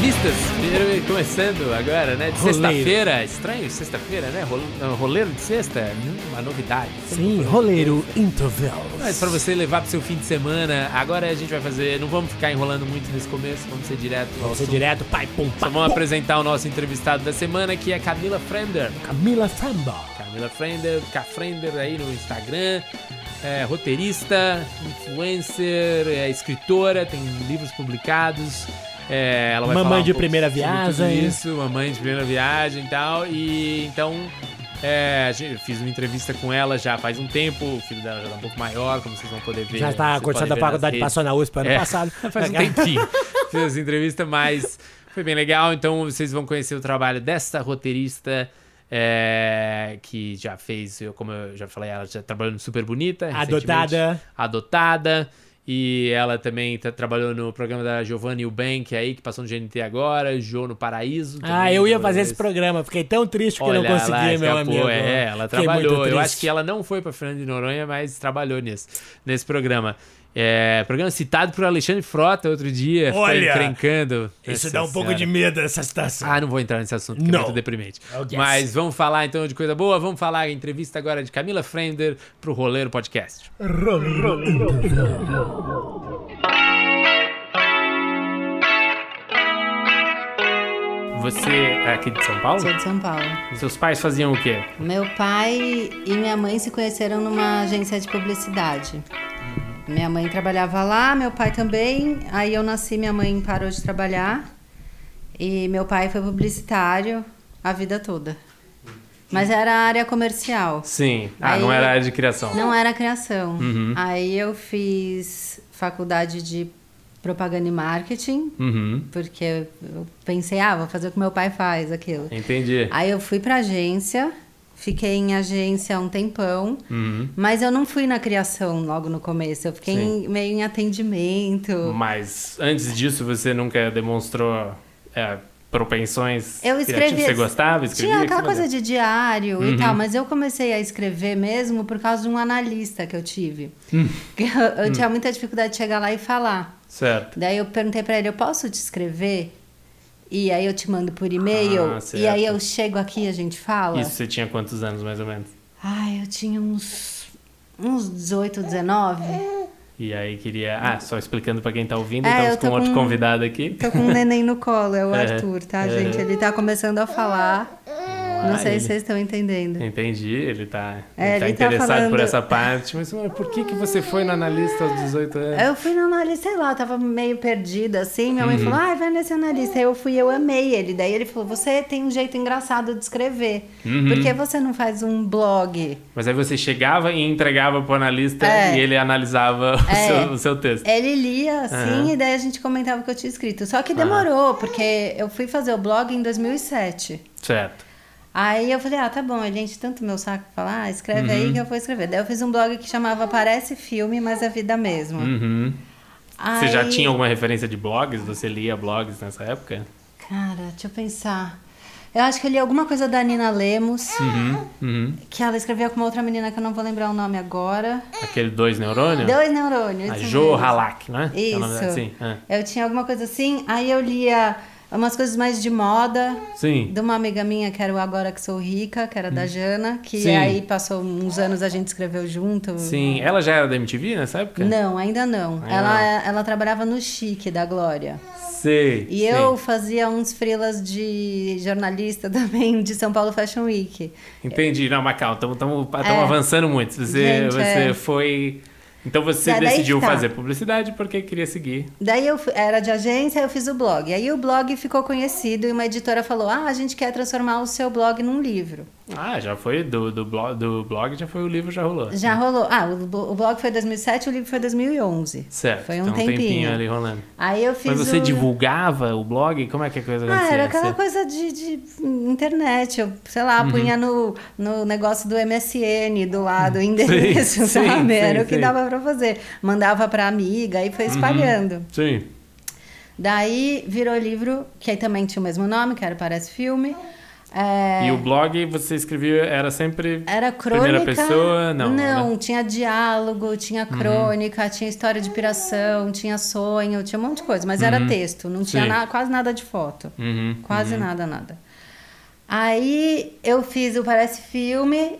sextas-feira começando agora, né? De Roleiro. sexta-feira. Estranho, sexta-feira, né? Rol- não, Roleiro de sexta? Hum, Uma novidade. Sim, roleiro Intervals. Mas pra você levar pro seu fim de semana, agora a gente vai fazer. Não vamos ficar enrolando muito nesse começo, vamos ser direto. ao Vamos ser assunto. direto, pai, pum, Só pá, vamos pum. apresentar o nosso entrevistado da semana, que é Camila Frender. Camila Samba. Camila Frender, Cafrender aí no Instagram, é, roteirista, influencer, é, escritora, tem livros publicados. é, ela vai Mamãe falar um de pouco primeira sobre tudo viagem. Isso, mamãe de primeira viagem e tal. E então. É, a gente- eu fiz uma entrevista com ela já faz um tempo, o filho dela já tá um pouco maior, como vocês vão poder ver. Já tá cursando vocês a podem ver nas faculdade, redes passou na USP ano é, passado. Faz um tempinho. Fiz essa entrevista, mas foi bem legal. Então vocês vão conhecer o trabalho dessa roteirista. é, que já fez, eu- como eu já falei, ela já trabalhou no Super Bonita. recentemente. Adotada. Adotada. E ela também tá- trabalhou no programa da Giovanni Eubank aí, que passou no GNT agora, Jô no Paraíso. Ah, também, eu ia trabalhou fazer esse nesse- programa. Fiquei tão triste que eu não Olha consegui, lá, meu escapou, amigo. É, ela Fiquei muito trabalhou. Eu triste. acho que é ela não foi pra Fernando de Noronha, mas trabalhou nisso, nesse programa. É, programa citado por Alexandre Frota outro dia. ficou Olha, encrencando. Isso Nossa dá um pouco Senhora. de medo, essa situação. Ah, não vou entrar nesse assunto, que é Não. muito deprimente. Oh, yes. Mas vamos falar então de coisa boa. Vamos falar a entrevista agora de Camila Frender pro Roleiro Podcast. Você é aqui de São Paulo? Sou de São Paulo. Seus pais faziam o quê? Meu pai e minha mãe se conheceram numa agência de publicidade. Minha mãe trabalhava lá, meu pai também. Aí eu nasci, minha mãe parou de trabalhar. E meu pai foi publicitário a vida toda. Mas era área comercial. Sim. Ah, Aí- não era área de criação. Não é. era criação. Aí eu fiz faculdade de propaganda e marketing, Uhum. porque eu pensei, ah, vou fazer o que meu pai faz, aquilo. Entendi. Aí eu fui pra agência, fiquei em agência um tempão, Uhum. mas eu não fui na criação logo no começo, eu fiquei Sim. Hum, em- meio em atendimento. Mas antes disso, você nunca demonstrou é, propensões Eu escrevia. criativas? Você gostava? Escrevia? Tinha aquela Como é? coisa era? de diário Uhum. e tal, mas eu comecei a escrever mesmo por causa de um analista que eu tive. Hum. Que Eu, eu tinha muita dificuldade de chegar lá e falar. Certo. Daí eu perguntei pra ele, eu posso te escrever? E aí eu te mando por e-mail, Ah, e aí certo. eu chego aqui e a gente fala. Isso você tinha quantos anos, mais ou menos? Ai, eu tinha uns, uns 18, 19. E aí queria... Ah, só explicando pra quem tá ouvindo, estamos É, eu com tô outro com- convidado aqui. Tô com um neném no colo, é o É, Arthur, tá, é. gente? Ele tá começando a falar. Não Ah, sei ele- se vocês estão entendendo. Entendi, ele tá, É, ele tá ele tá interessado por falando- essa parte. Mas mas por que, que você foi no analista aos 18 anos? Eu fui no analista, sei lá, eu tava meio perdida, assim. Minha Uhum. mãe falou, ai, vai nesse analista. Aí eu fui, eu amei ele. Daí ele falou, você tem um jeito engraçado de escrever. Uhum. Por que você não faz um blog? Mas aí você chegava e entregava pro analista É. e ele analisava o, É. seu, o seu texto. Ele lia, assim, Aham. e daí a gente comentava o que eu tinha escrito. Só que Ah. demorou, porque eu fui fazer o blog em 2007. Certo. Aí eu falei, ah, tá bom, ele enche tanto meu saco pra falar, ah, escreve Uhum. aí que eu vou escrever. Daí eu fiz um blog que chamava Parece Filme, mas é Vida Mesmo. Uhum. Você Aí- já tinha alguma referência de blogs? Você lia blogs nessa época? Hum, Cara, deixa eu pensar. Eu acho que eu li alguma coisa da Nina Lemos, Uhum. que ela escrevia com uma outra menina que eu não vou lembrar o nome agora. Aquele dois neurônios? Dois neurônios. É. A isso Jo mesmo. Halak, não é? É o nome Isso. dela? Sim. é. Eu tinha alguma coisa assim, aí eu lia umas coisas mais de moda. Sim. De uma amiga minha, que era o Agora Que Sou Rica, que era da Jana, que Hum. Sim. aí passou uns anos a gente escreveu junto. Sim. Ah. Ela já era da MTV nessa época? Não, ainda não. Ainda Ela, ela trabalhava no Chique da Glória. Sei. E sim. eu fazia uns frilas de jornalista também de São Paulo Fashion Week. Entendi. Não, mas calma, estamos É. avançando muito. Você, Gente, você é. foi. Então você Daí que decidiu tá. fazer publicidade porque queria seguir. Daí eu fu- era de agência, eu fiz o blog. Aí o blog ficou conhecido e uma editora falou: "Ah, a gente quer transformar o seu blog num livro". Ah, já foi do, do, blog, do blog, já foi o livro, já rolou. Já rolou. Ah, o blo- o blog foi 2007, o livro foi 2011. Certo. Foi um então, tempinho. ali rolando. Aí eu fiz Mas você o... divulgava o blog? Como é que a coisa Ah, acontecia? era aquela Você- coisa de, de internet. Eu, sei lá, Uhum. punha no, no negócio do MSN do lado, o endereço, Hum, sim, sabe? era sim, o que sim. Uhum. dava pra fazer. Mandava pra amiga e foi espalhando. Sim. Daí virou livro, que aí também tinha o mesmo nome, que era Parece Filme. É, E o blog você escrevia, era sempre Era crônica. primeira pessoa? Não. Não, né? Uhum. tinha diálogo, tinha crônica, tinha história de piração, tinha sonho, tinha um monte de coisa, mas era texto, não tinha Uhum. Sim. na- quase nada de foto. Uhum, Quase nada, nada. Aí eu fiz o Parece Filme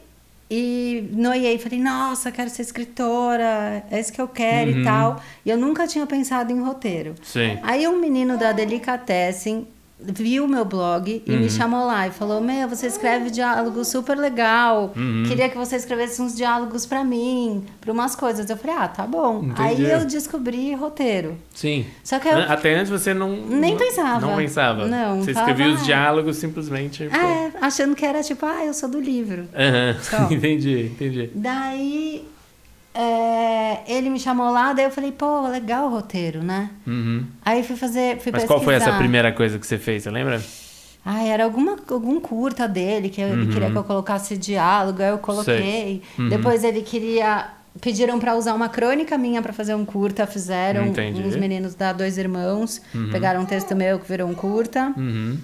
e noiei. Falei, nossa, quero ser escritora, é isso que eu quero Uhum. e tal. E eu nunca tinha pensado em roteiro. Sim. Aí um menino da Delicatessen viu meu blog e Uhum. me chamou lá e falou: Meu, você escreve diálogo super legal. Uhum. Queria que você escrevesse uns diálogos pra mim, pra umas coisas. Eu falei: Ah, tá bom. Aí Entendi. Ah, eu descobri roteiro. Sim. Só que eu- Até antes você não. Nem não- pensava. Não pensava. Não, Você falava, escrevia "Ah, os diálogos simplesmente. pô. É, achando que era tipo, ah, eu sou do livro. Aham. Só. entendi, entendi. Daí é, ele me chamou lá, daí eu falei, pô, legal o roteiro, né? Uhum. Aí fui fazer. Fui Mas pesquisar. qual foi essa primeira coisa que você fez, você lembra? Ah, era alguma, algum curta dele que Uhum. ele queria que eu colocasse diálogo, aí eu coloquei. Depois ele queria. Pediram pra usar uma crônica minha pra fazer um curta, fizeram Entendi. uns meninos da Dois Irmãos, pegaram um texto meu que virou um curta. Uhum.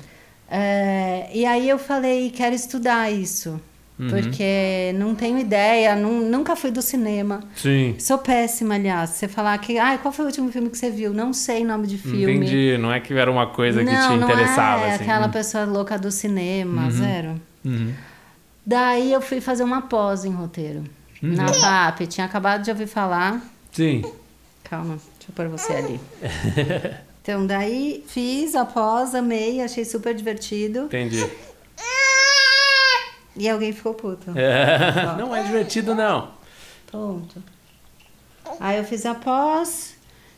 É, e aí eu falei, quero estudar isso. Uhum. Porque não tenho ideia, nun- nunca fui do cinema. Sim. Sou péssima, aliás. Você falar que, ai, qual foi o último filme que você viu? Não sei nome de filme. Entendi. Não é que era uma coisa que não, te não interessava, é assim. aquela pessoa louca do cinema, zero. Uhum. Daí eu fui fazer uma pós em roteiro. Uhum. Na FAP, tinha acabado de ouvir falar. Sim. Calma, deixa eu pôr você ali. então, daí fiz a pós, amei, achei super divertido. Entendi. E alguém ficou puto. Não é divertido, não. Pronto. Aí eu fiz a pós.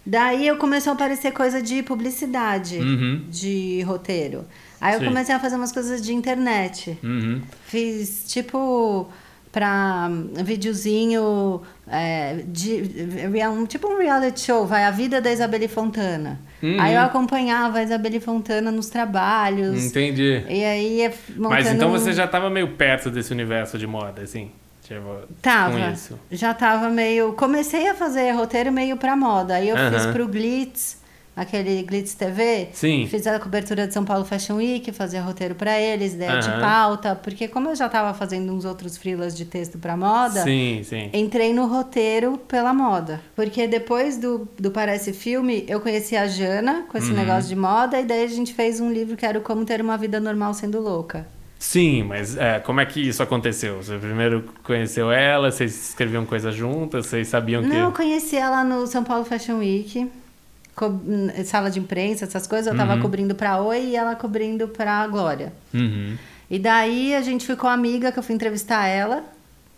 Daí eu começou a aparecer coisa de publicidade, Uhum. de roteiro. Aí Sim. eu comecei a fazer umas coisas de internet. Uhum. Fiz tipo pra hum, videozinho é, de é um- tipo um reality show, vai a vida da Isabelle Fontana. Uhum. Aí eu acompanhava a Isabelle Fontana nos trabalhos. Entendi. E aí ia f- montando Mas então um- você já tava meio perto desse universo de moda, assim? Tipo, com Tava. isso. Já tava meio. Comecei a fazer roteiro meio pra moda. Aí eu Aham. fiz pro Glitz, aquele Glitz TV. Sim. Fiz a cobertura de São Paulo Fashion Week, fazia roteiro pra eles, ideia de Aham. pauta. Porque como eu já tava fazendo uns outros frilas de texto pra moda, Sim, sim. entrei no roteiro pela moda. Porque depois do, do Parece Filme, eu conheci a Jana com esse negócio de moda, e daí a gente fez um livro que era o Como Ter uma Vida Normal Sendo Louca. Sim, mas é, como é que isso aconteceu? Você primeiro conheceu ela, vocês escreviam coisa juntas, vocês sabiam que. Não, eu conheci ela no São Paulo Fashion Week. co- hum, Sala de imprensa, essas coisas. Eu tava cobrindo pra Oi e ela cobrindo pra Glória. Uhum. E daí a gente ficou amiga, que eu fui entrevistar ela.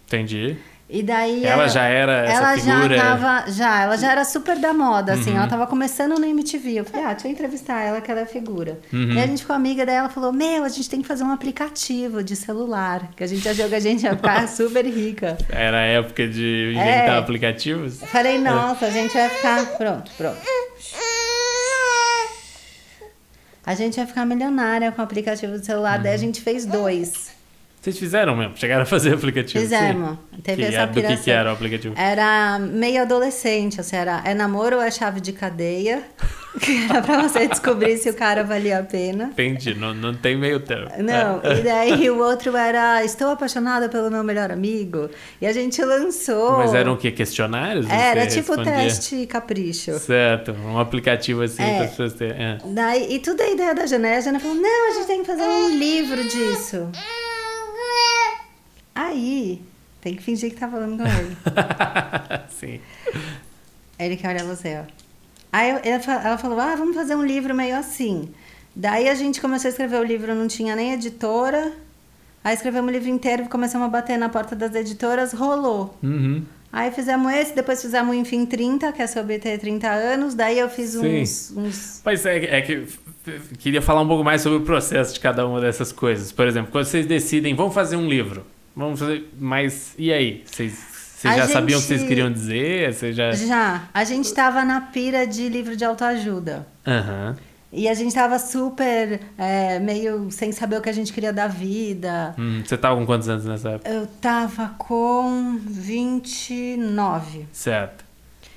Entendi. E daí... Ela já era essa ela figura? Uhum. Já tava, já, ela já era super da moda, assim. Ela tava começando na MTV. Eu falei, ah, deixa eu entrevistar ela, que ela é figura. Uhum. E a gente ficou amiga, daí ela falou, meu, a gente tem que fazer um aplicativo de celular. Que a gente achou que a gente ia ficar super rica. Era a época de inventar É. aplicativos? Falei, nossa, a gente vai ficar. Pronto, pronto. A gente vai ficar milionária com o aplicativo do celular. Uhum. Daí a gente fez dois. Vocês fizeram mesmo? Chegaram a fazer aplicativo? Fizemos. Sim. Teve que essa É. era, Do que, que piração. era o aplicativo? Era meio adolescente, assim, era é namoro ou é chave de cadeia? Que era pra você descobrir se o cara valia a pena. Entendi, não, não tem meio termo. É. Não, e daí o outro era Estou apaixonada pelo meu melhor amigo. E a gente lançou. Mas eram o quê? Questionários? Era Você tipo respondia? teste capricho. Certo, um aplicativo assim É. para as pessoas terem. é. Daí, e tudo é ideia da Jana. E a Jana falou: não, a gente tem que fazer um livro disso. Aí, tem que fingir que tá falando com ele. Sim. ele que olha você, ó. Aí eu- ela, fa- ela falou: ah, vamos fazer um livro meio assim. Daí a gente começou a escrever o livro, não tinha nem editora. Aí escrevemos o livro inteiro, começamos a bater na porta das editoras, rolou. Uhum. Aí fizemos esse, depois fizemos o Enfim 30, que é sobre ter 30 anos. Daí eu fiz Sim. uns- uns Mas é, é que f- f- queria falar um pouco mais sobre o processo de cada uma dessas coisas. Por exemplo, quando vocês decidem, vamos fazer um livro. Vamos fazer. Mas e aí? Vocês, vocês A já sabiam o que gente- vocês queriam dizer? Vocês já. Já. A gente tava na pira de livro de autoajuda. Aham. E a gente tava super, é, meio sem saber o que a gente queria da vida. Hum, você tava com quantos anos nessa época? Eu tava com 29. Certo.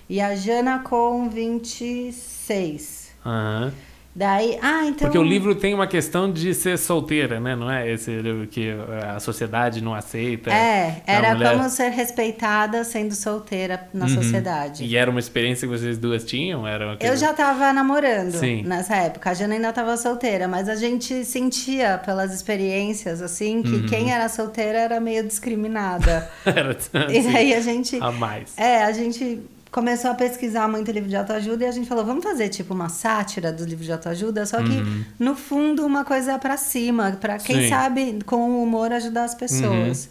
E a Jana com 26. Aham. Daí, ah, então. Porque o livro tem uma questão de ser solteira, né? Não é esse livro que a sociedade não aceita. É, a era mulher- Uhum. como ser respeitada sendo solteira na sociedade. E era uma experiência que vocês duas tinham? Era uma Eu coisa- já tava namorando Sim. nessa época. A Jana ainda tava solteira, mas a gente sentia pelas experiências, assim, que quem era solteira era meio discriminada. era e assim, daí a gente. a mais. É, a gente começou a pesquisar muito livro de autoajuda e a gente falou, vamos fazer tipo uma sátira do livro de autoajuda, só que no fundo uma coisa é pra cima, pra quem Uhum. Sim. Uhum. sabe com o humor ajudar as pessoas.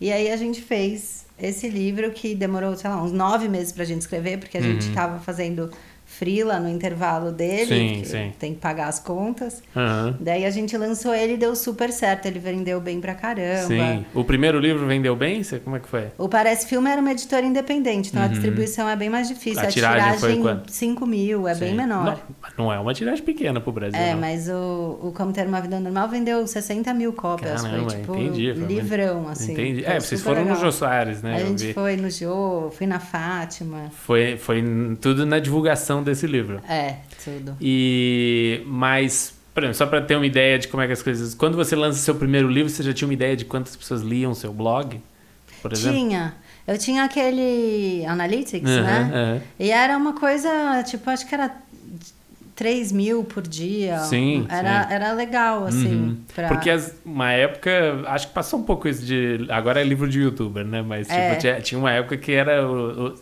E aí a gente fez esse livro que demorou, sei lá, uns nove meses pra gente escrever, porque a Uhum. gente tava fazendo frila no intervalo dele, Sim, que sim. tem que pagar as contas. Aham. Daí a gente lançou ele e deu super certo, ele vendeu bem pra caramba. Sim. O primeiro livro vendeu bem? Você- Como é que foi? O Parece Filme era uma editora independente, então a distribuição é bem mais difícil. Uhum. A A, tiragem tiragem, foi quanto? 5 mil, é bem Sim. menor. Não, mas não é uma tiragem pequena pro Brasil. É, não. mas o, o Como Ter Uma Vida Normal vendeu 60 mil cópias. Caramba, foi tipo entendi, foi livrão, assim. Entendi. Foi É, vocês super foram legal. no Jô Soares, né? A Eu gente vi. foi no Jô, fui na Fátima. Foi, foi tudo na divulgação desse livro. É, tudo. E mas, por exemplo, só pra ter uma ideia de como é que as coisas. Quando você lança seu primeiro livro, você já tinha uma ideia de quantas pessoas liam seu blog, por exemplo? Tinha. Eu tinha aquele Analytics, Aham, né? aham. E era uma coisa, tipo, acho que era 3 mil por dia. Sim, Era, sim. era legal, assim. Uhum. pra- Porque as- uma época, acho que passou um pouco isso de. Agora é livro de youtuber, né? Mas tipo, É. tinha, tinha uma época que era. o- o-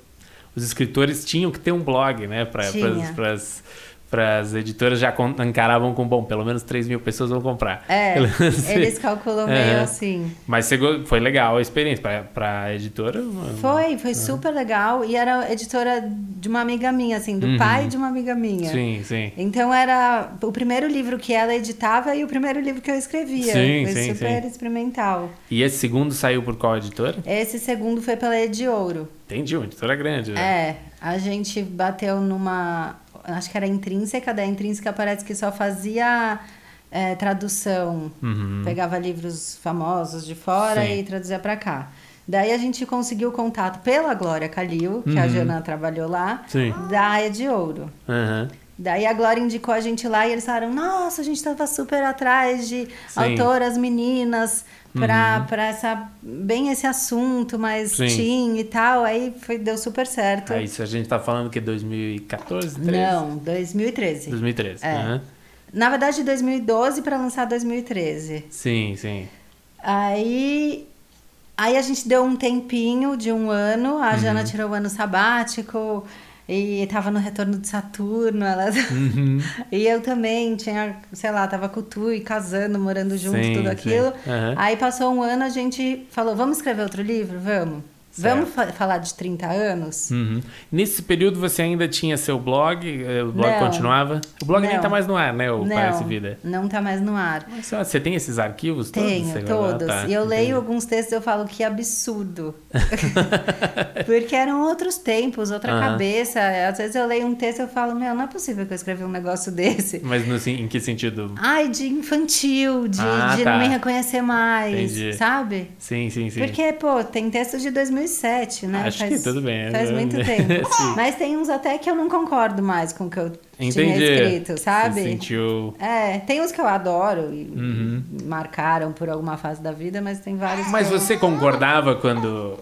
os escritores tinham que ter um blog, né? Pra, Tinha. pras- pras- pras editoras já con- encaravam com, bom, pelo menos 3 mil pessoas vão comprar. É, Pelo menos- eles calculam É. meio assim. Mas você go- foi legal a experiência pra, pra editora. uma- Foi, É. foi super legal. E era editora de uma amiga minha, assim, do pai de uma amiga minha. Uhum. Sim, sim. Então era o primeiro livro que ela editava e o primeiro livro que eu escrevia. Sim, foi sim, super sim. experimental. E esse segundo saiu por qual editora? Esse segundo foi pela Ed de Ouro. Entendi, uma editora grande. né? É, a gente bateu numa. Acho que era intrínseca, da intrínseca parece que só fazia é, tradução. Pegava livros famosos de fora Uhum. Sim. e traduzia pra cá. Daí a gente conseguiu contato pela Glória Calil, que a Jana trabalhou lá, Uhum. Sim. da Área de Ouro. Aham. Daí a Glória indicou a gente lá e eles falaram: Nossa, a gente tava super atrás de autoras meninas pra, pra essa, bem esse assunto, mais Uhum. Sim. teen e tal. Aí foi, deu super certo. Aí isso a gente tá falando que é 2014, 13? Não, 2013. 2013. É. aham. Na verdade, 2012 pra lançar 2013. Sim, sim. Aí. Aí a gente deu um tempinho de um ano, a Uhum. Jana tirou o ano sabático e tava no retorno de Saturno. Ela... Uhum. e eu também tinha, sei lá, tava com o Tui, casando, morando junto, Sim, tudo sim. aquilo. Aham. Aí passou um ano, a gente falou: vamos escrever outro livro? Vamos. Certo. Vamos fa- falar de 30 anos? Uhum. Nesse período você ainda tinha seu blog? eh, O blog Não. continuava? O blog nem Não. tá mais no ar, né? O Parece não, Vida. não tá mais no ar. Mas só- Você tem esses arquivos todos? Tenho, Você- ah, todos. tá, E eu entendi. leio alguns textos e eu falo que absurdo. Porque eram outros tempos, outra Aham. cabeça. Às vezes eu leio um texto e eu falo, meu, não é possível que eu escrevi um negócio desse. Mas no, sen- em que sentido? Ai, de infantil, de, Ah, de tá. não me reconhecer mais, Entendi. sabe? Sim, sim, sim. Porque, pô, tem texto de 2007, né? Acho que tudo bem. Faz Eu- muito tempo. Sim. Mas tem uns até que eu não concordo mais com o que eu tinha Entendi. escrito, sabe? Você sentiu... É, tem uns que eu adoro e marcaram por alguma fase da vida, mas tem vários. que Uhum. Mas eu- você concordava quando.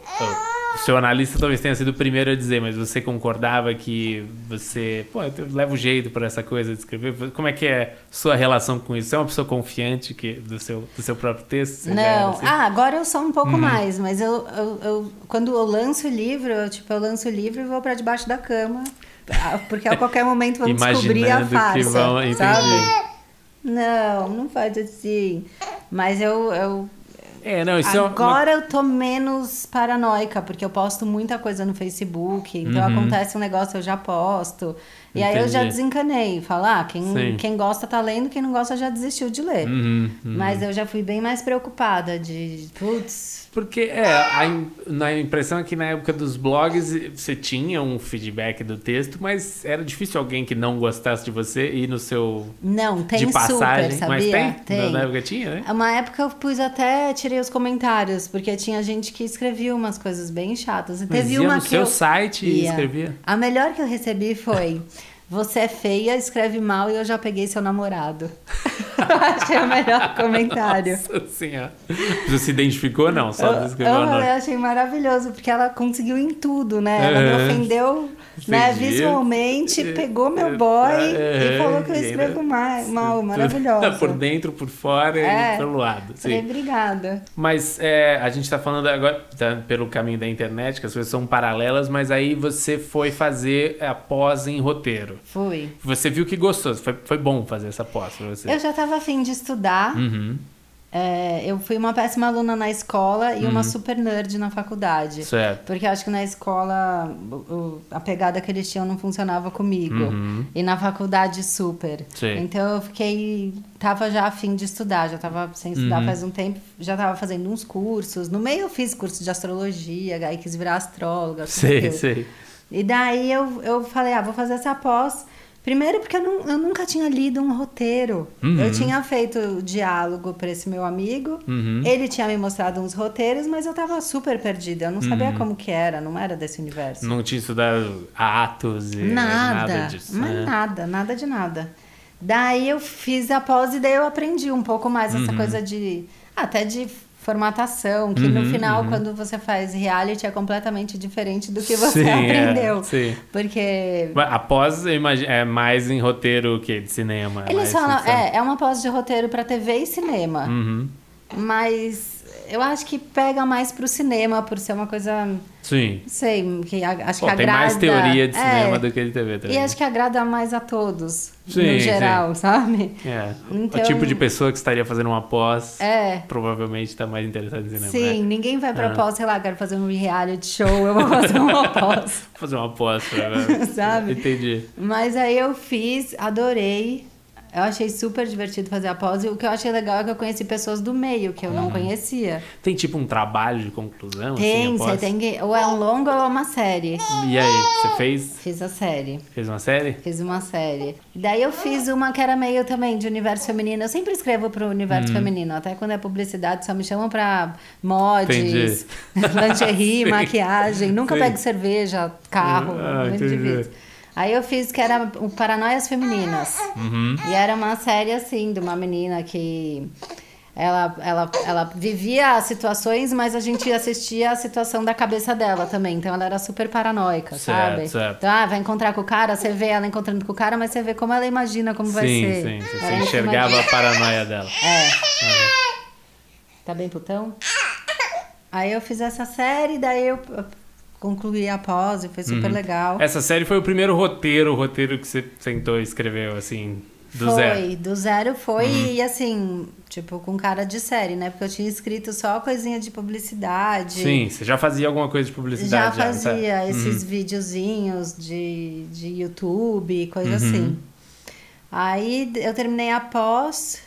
O seu analista talvez tenha sido o primeiro a dizer, mas você concordava que você. Pô, eu te- levo jeito por essa coisa de escrever. Como é que é sua relação com isso? Você é uma pessoa confiante que, do, seu, do seu próprio texto? Você Uhum. já era Não, assim? ah, agora eu sou um pouco mais, mas eu, eu, eu- quando eu lanço o livro, eu, tipo, eu lanço o livro e vou pra debaixo da cama, ah, porque a qualquer momento vão descobrir a Imaginando que farsa, vão- entendi. sabe? Não, não faz assim. Mas eu, eu É, não, isso Agora eu tô menos paranoica, porque eu posto muita coisa no Facebook, então acontece um negócio, eu já posto. E aí eu já Uhum. Entendi. desencanei, falar, ah, Sim. quem, quem gosta tá lendo, quem não gosta já desistiu de ler. é uma. Uhum. Mas eu já fui bem mais preocupada de, putz, Porque é, a, im- na impressão é que na época dos blogs você tinha um feedback do texto, mas era difícil alguém que não gostasse de você ir no seu. não, tem de passagem. super, sabia? mas tem? Na- Na época tinha, né? Uma época eu pus até, tirei os comentários, porque tinha gente que escrevia umas coisas bem chatas. E Mas teve ia uma no que seu eu... site e Ia. escrevia? A melhor que eu recebi foi. Você é feia, escreve mal e eu já peguei seu namorado. achei o melhor comentário. Nossa senhora. Você se identificou, não? Só Eu, é. descreveu o eu nome. achei maravilhoso, porque ela conseguiu em tudo, né? Ela Aham. me ofendeu né, Entendi. visualmente, É, pegou meu boy e Aham. falou que eu tá, é, E ainda- escrevo ma- mal, maravilhosa. Por dentro, por fora É. e pelo lado. Sim. Falei, obrigada. Mas é, a gente tá falando agora tá, pelo caminho da internet, que as coisas são paralelas, mas aí você foi fazer a pós em roteiro. Fui. Você viu que gostou, foi, foi bom fazer essa pós pra você. Eu já estava afim de estudar. Uhum. É, eu fui uma péssima aluna na escola e Uhum. uma super nerd na faculdade. Certo. Porque eu acho que na escola o- o- a pegada que eles tinham não funcionava comigo. E na faculdade, super. Uhum. Sim. Então eu fiquei. Tava já afim de estudar, já tava sem estudar Uhum. faz um tempo, já tava fazendo uns cursos. No meio eu fiz curso de astrologia, aí quis virar astróloga. tudo Sei, aquilo. sei. E daí eu, eu falei, ah, vou fazer essa pós. Primeiro porque eu, não- eu nunca tinha lido um roteiro. Uhum. Eu tinha feito o diálogo para esse meu amigo. Uhum. Ele tinha me mostrado uns roteiros, mas eu tava super perdida. Eu não sabia como que era, não era desse universo. Uhum. Não tinha estudado atos e nada, nada, disso. mas né? nada, nada de nada. Daí eu fiz a pós e daí eu aprendi um pouco mais essa Uhum. coisa de... Até de formatação, que Uhum, no final, quando você faz reality, é completamente diferente do que você Sim, é, aprendeu. sim. Porque Mas A pós eu imagi- é mais em roteiro que de cinema. é mais Eles falam, ficção. é, é uma pós de roteiro pra TV e cinema. Uhum. Mas eu acho que pega mais pro cinema, por ser uma coisa, não Sim. sei, que a- acho Pô, que tem agrada. mais teoria de é, cinema do que de TV também. E acho que agrada mais a todos, Sim, no geral, sabe? É. Então- O tipo de pessoa que estaria fazendo uma pós É. provavelmente está mais interessada em cinema. Sim, né? ninguém vai pra Ah. pós, sei lá, quero fazer um reality show, eu vou fazer uma pós. Vou fazer uma pós, pra- Sabe? É, Entendi. Mas aí eu fiz, adorei. Eu achei super divertido fazer a pós. E o que eu achei legal é que eu conheci pessoas do meio que eu Uhum. não conhecia. Tem tipo um trabalho de conclusão? Tem, assim, a você pós? tem que. Ou é um longo ou é uma série. E aí, você fez? Fiz a série. Fez uma série? Fiz uma série. Daí eu fiz uma que era meio também de universo feminino. Eu sempre escrevo pro Hum. universo feminino. Até quando é publicidade, só me chamam pra mods, Entendi. lingerie, Sim. maquiagem. Nunca Sim. pego cerveja, carro. Ah, muito entendi. difícil. Aí eu fiz que era o Paranoias Femininas. E era uma série assim, de uma menina que. Ela, ela, ela vivia as situações, mas a gente assistia a situação da cabeça dela também. Então ela era super paranoica, Certo, sabe? certo. Então, ah, vai encontrar com o cara, você vê ela encontrando com o cara, mas você vê como ela imagina como vai sim, ser. sim. Você Ela enxergava imagina- a paranoia dela. É. Tá bem, putão? Aí eu fiz essa série, daí eu eu concluí a pós e foi Uhum. super legal. Essa série foi o primeiro roteiro, o roteiro que você sentou e escreveu, assim, do foi, zero. Uhum. do zero foi e assim, tipo, com cara de série, né? Porque eu tinha escrito só coisinha de publicidade. Sim, você já fazia alguma coisa de Já publicidade. é, tá. Uhum. não sabe? fazia esses videozinhos de, de YouTube, coisa Uhum. assim. Aí eu terminei a pós,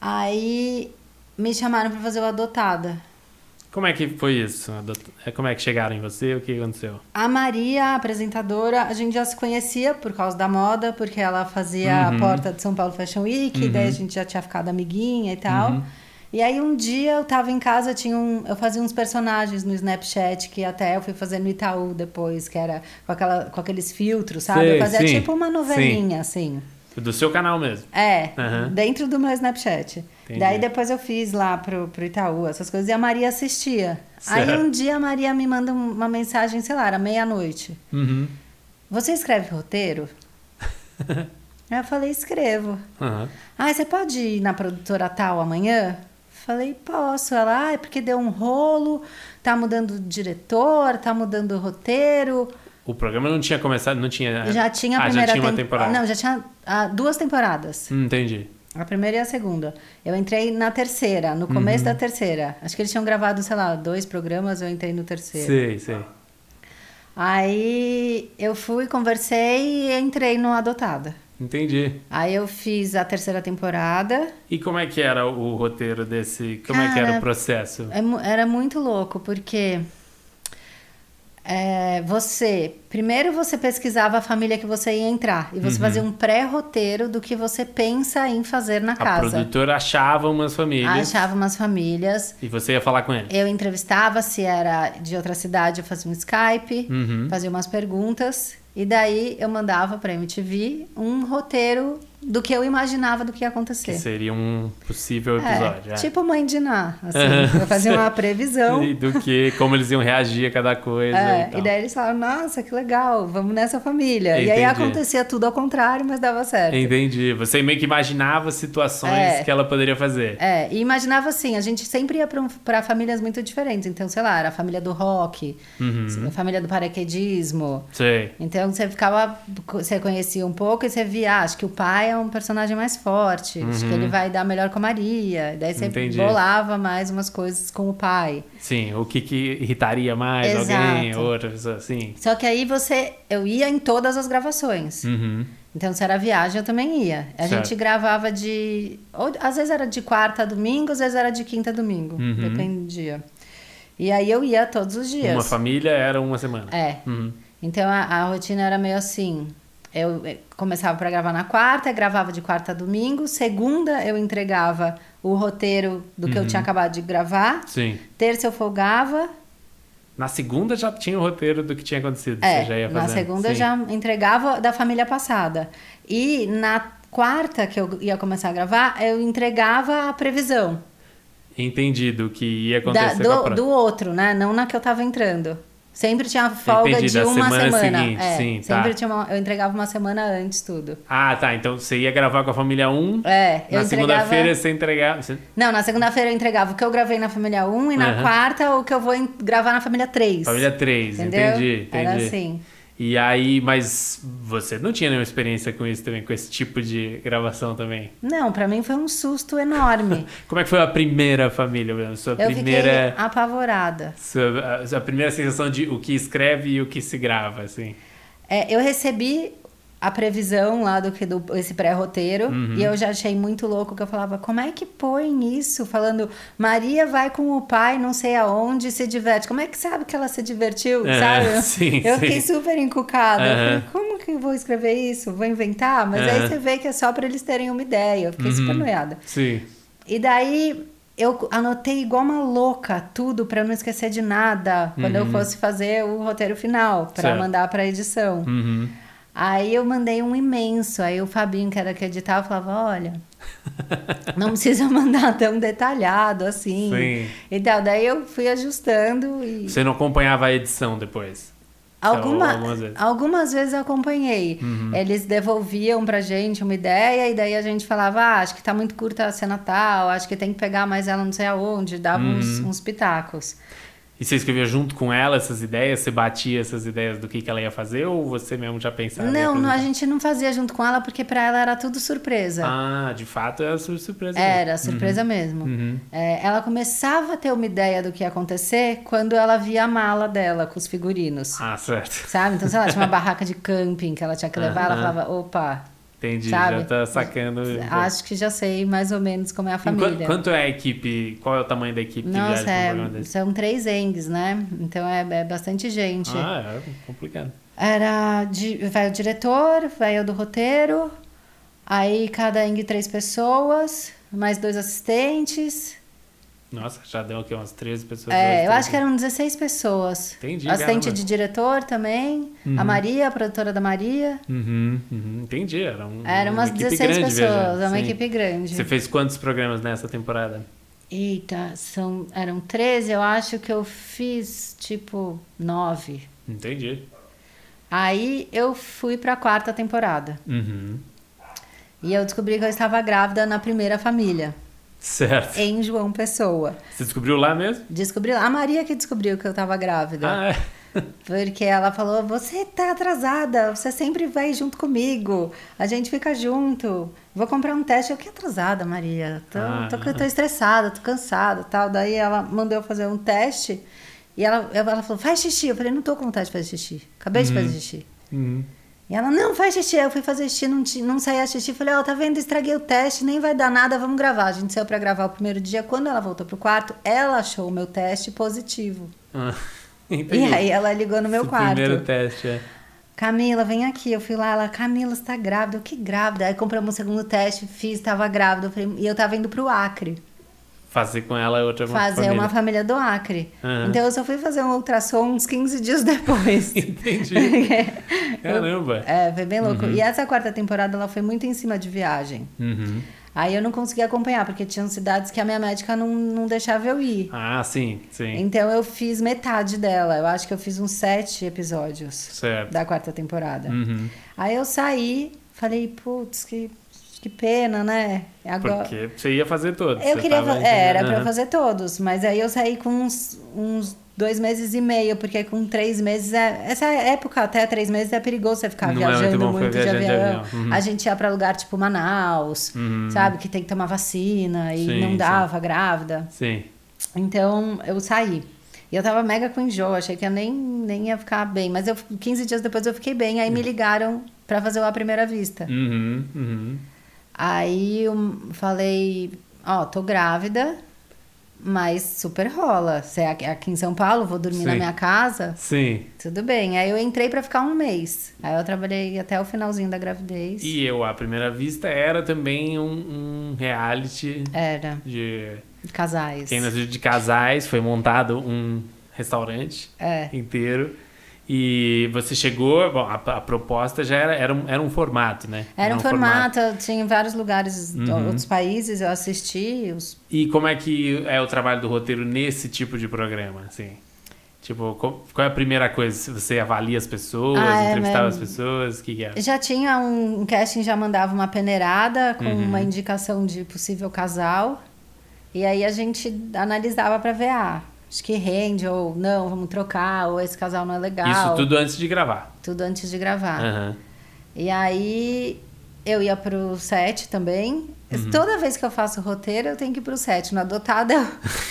aí me chamaram pra fazer o Adotada. Como é que foi isso? doutor- é, Como é que chegaram em você? O que aconteceu? A Maria, a apresentadora, a gente já se conhecia por causa da moda, porque ela fazia Uhum. a porta de São Paulo Fashion Week, e daí a gente já tinha ficado amiguinha e tal. Uhum. E aí um dia eu tava em casa, tinha um, eu fazia uns personagens no Snapchat que até eu fui fazer no Itaú depois, que era com, aquela, com aqueles filtros, sabe? Sei, eu fazia sim, tipo uma novelinha, assim. Do seu canal mesmo. É, Aham. dentro do meu Snapchat. Entendi. Daí depois eu fiz lá pro, pro Itaú essas coisas e a Maria assistia. Aí Certo. um dia a Maria me manda um- uma mensagem, sei lá, era meia-noite. Uhum. Você escreve roteiro? Aí eu falei, escrevo. Aham. Ah, você pode ir na produtora tal amanhã? Falei, posso. Ela, ah, é porque deu um rolo, tá mudando o diretor, tá mudando o roteiro. O programa não tinha começado, não tinha. Já tinha a ah, primeira já tinha uma tem- temporada. Não, já tinha ah, duas temporadas. Hum, Entendi. A primeira e a segunda. Eu entrei na terceira, no começo Uhum. da terceira. Acho que eles tinham gravado, sei lá, dois programas, eu entrei no terceiro. Sei, sei. Aí eu fui, conversei e entrei no Adotada. Entendi. Aí eu fiz a terceira temporada. E como é que era o roteiro desse. Como é que Cara, era o processo? É mu- Era muito louco, porque é, você. Primeiro você pesquisava a família que você ia entrar. E você fazia um pré-roteiro do que você pensa em fazer na A casa. produtora achava umas famílias. Achava umas famílias. E você ia falar com ele. Eu entrevistava, se era de outra cidade, eu fazia um Skype, fazia umas perguntas. E daí eu mandava pra MTV um roteiro do que eu imaginava do que ia acontecer. Que seria um possível É, episódio. é. Tipo mãe de Ná, assim. eu fazia uma previsão. E do que, como eles iam reagir a cada coisa. É, e, e tal. daí eles falaram, nossa, que legal, vamos nessa família. E Entendi. aí acontecia tudo ao contrário, mas dava certo. Entendi. Você meio que imaginava situações É. que ela poderia fazer. É, e imaginava assim, a gente sempre ia pra um- pra famílias muito diferentes. Então, sei lá, era a família do rock, Uhum. a família do paraquedismo. Sei. Então você ficava, você conhecia um pouco e você via, ah, acho que o pai é um personagem mais forte, acho que ele vai dar melhor com a Maria. E Daí você Uhum. Entendi. bolava mais umas coisas com o pai. Sim, o que, que irritaria mais Exato. alguém, outra pessoa, assim. Só que aí você, eu ia em todas as gravações. Uhum. Então, se era viagem, eu também ia. A Certo. gente gravava de. ou- às vezes era de quarta a domingo, às vezes era de quinta a domingo. Uhum. Dependia. E aí eu ia todos os dias. Uma família era uma semana. É. Uhum. Então a, a rotina era meio assim. Eu eh, começava pra gravar na quarta, gravava de quarta a domingo. Segunda eu entregava o roteiro do que eu tinha acabado de gravar. Uhum. Sim. Terça eu folgava. Na segunda já tinha o roteiro do que tinha acontecido. É, você já ia na fazendo. segunda eu Sim. já entregava da família passada. E na quarta que eu ia começar a gravar, eu entregava a previsão Entendi do que ia da- acontecer com a do, pro- do outro, né? Não na que eu tava entrando. Sempre tinha folga Entendi, de da uma semana semana. seguinte, É, sim, tá. sempre tinha uma- eu entregava uma semana antes tudo. Ah, tá. Então você ia gravar com a família 1. É, eu na entregava- segunda-feira você entregava. Você... Não, na segunda-feira eu entregava o que eu gravei na família 1 e na Aham. quarta o que eu vou en- gravar na família 3. Família 3, Entendeu? entendi, entendi. Era assim. E aí, mas você não tinha nenhuma experiência com isso também, com esse tipo de gravação também. Não, pra mim foi um susto enorme. Como é que foi a primeira família, Bruno? Sua eu primeira. é fiquei apavorada. Sua, a, sua primeira sensação de o que escreve e o que se grava, assim. É, eu recebi a previsão lá do que do esse pré-roteiro Uhum. e eu já achei muito louco que eu falava como é que põe isso falando Maria vai com o pai não sei aonde se diverte como é que sabe que ela se divertiu É, sabe sim, eu sim. fiquei super encucada eu falei, Aham. como que eu vou escrever isso vou inventar mas aí Aham. Uhum. você vê que é só pra eles terem uma ideia eu fiquei super noiada Sim. e daí eu anotei igual uma louca tudo pra eu não esquecer de nada quando eu fosse fazer o roteiro final pra Uhum. Certo. mandar pra edição. Uhum. Aí eu mandei um imenso. Aí o Fabinho, que era que editava, falava: olha, não precisa mandar tão detalhado assim. Sim. E tal. Daí eu fui ajustando e. Você não acompanhava a edição depois. Alguma- algumas vezes. Uhum. algumas vezes eu acompanhei. Eles devolviam pra gente uma ideia e daí a gente falava: ah, acho que tá muito curta a cena tal, acho que tem que pegar mais ela não sei aonde, dava uns, Uhum. uns pitacos. E você escrevia junto com ela essas ideias? Você batia essas ideias do que, que ela ia fazer ou você mesmo já pensava? em não, não, a apresentar? gente não fazia junto com ela porque pra ela era tudo surpresa. Ah, de fato era sur- surpresa. mesmo. Uhum. Era, surpresa mesmo. É, ela começava a ter uma ideia do que ia acontecer quando ela via a mala dela com os figurinos. Ah, certo. Sabe? Então, sei lá, tinha uma barraca de camping que ela tinha que Ah, levar, ela Aham. falava, opa, Entendi, Sabe? já tá sacando. acho que já sei mais ou menos como é a Enqu- família. quanto é a equipe? Qual é o tamanho da equipe que Nossa, viaja pra um é, programa desse? são três engues, né? Então é, é bastante gente. Ah, é complicado. Era de- vai o diretor, vai eu do roteiro, aí cada engue três pessoas, mais dois assistentes. Nossa, já deu aqui umas 13 pessoas. É, duas, eu três. acho que eram 16 pessoas. Entendi, Assistente caramba. de diretor também. A Maria, a produtora da Maria. Uhum, uhum, entendi. Era um, Era uma umas equipe 16 grande pessoas, viajando, é uma sim. equipe grande. Você fez quantos programas nessa temporada? Eita, são, eram 13, eu acho que eu fiz tipo 9. Entendi. Aí eu fui pra quarta temporada. Uhum. E eu descobri que eu estava grávida na primeira família, Certo. em João Pessoa. Você descobriu lá mesmo? Descobri, a Maria que descobriu que eu estava grávida. Ah, é. Porque ela falou: Você tá atrasada, você sempre vai junto comigo, a gente fica junto. Vou comprar um teste. Eu que atrasada, Maria. Tô, Ah. tô, tô estressada, tô cansada tal. Daí ela mandou eu fazer um teste e ela, ela falou: Faz xixi. Eu falei: Não tô com vontade de fazer xixi, acabei de fazer xixi. Uhum. E ela: Não, faz xixi. Eu fui fazer xixi, não, ti- não saía xixi. Falei: Ó, tá vendo, estraguei o teste, nem vai dar nada, vamos gravar. A gente saiu pra gravar o primeiro dia. Quando ela voltou pro quarto, ela achou o meu teste positivo. Ah, entendi. E aí ela ligou no meu Esse quarto. Primeiro teste, é. Camila, vem aqui. Eu fui lá, ela, Camila, você tá grávida? Eu, que grávida? Aí compramos um segundo teste, fiz, tava grávida. Eu falei, e eu tava indo pro Acre. fazer com ela é outra fazer família. uma família do Acre. Aham. Então eu só fui fazer um ultrassom uns 15 dias depois. Entendi. Caramba. é, foi bem louco. E essa quarta temporada ela foi muito em cima de viagem. Uhum. Aí eu não consegui acompanhar, porque tinham cidades que a minha médica não, não deixava eu ir. Ah, sim, sim. Então eu fiz metade dela. Eu acho que eu fiz uns sete episódios Certo. da quarta temporada. Uhum. Aí eu saí, falei, putz, que, que pena, né? Agora. Porque você ia fazer todos. Eu você queria. tava fa- é, era pra eu entendendo. né? fazer todos, mas aí eu saí com uns, uns dois meses e meio, porque com três meses. É, essa época até três meses é perigoso você ficar Não é viajando muito muito, bom ficar de viajando avião. de avião. Uhum. A gente ia pra lugar tipo Manaus, sabe? Que tem que tomar vacina e Sim, sim. não dava grávida. Sim. Então eu saí. E eu tava mega com enjoo, achei que eu nem, nem ia ficar bem. Mas eu, 15 dias depois eu fiquei bem, aí Hum. me ligaram pra fazer o A Primeira Vista. Uhum, uhum. Aí eu falei, ó, tô grávida, mas super rola. Se é aqui- aqui em São Paulo, vou dormir na Sim. minha casa, Sim. tudo bem. Aí eu entrei pra ficar um mês. Aí eu trabalhei até o finalzinho da gravidez. E eu, à primeira vista, era também um, um reality Era, de casais. quem nasceu de casais. Foi montado um restaurante É. inteiro. E você chegou, bom, a, a proposta já era, era, um, era um formato, né? Era um formato, eu tinha em vários lugares, Uhum. outros países, eu assisti os E como é que é o trabalho do roteiro nesse tipo de programa, assim? Tipo, co- qual é a primeira coisa? Se Você avalia as pessoas, Ah, é, entrevistava mas- as pessoas, o que, que é? Já tinha um, um casting, já mandava uma peneirada com Uhum. uma indicação de possível casal. E aí a gente analisava pra ver, ah, acho que rende, ou não, vamos trocar, ou esse casal não é legal. Ah. Isso tudo antes de gravar. Tudo antes de gravar. Aham. E aí eu ia pro set também. Uhum. Toda vez que eu faço roteiro, eu tenho que ir pro set. No Adotada, eu-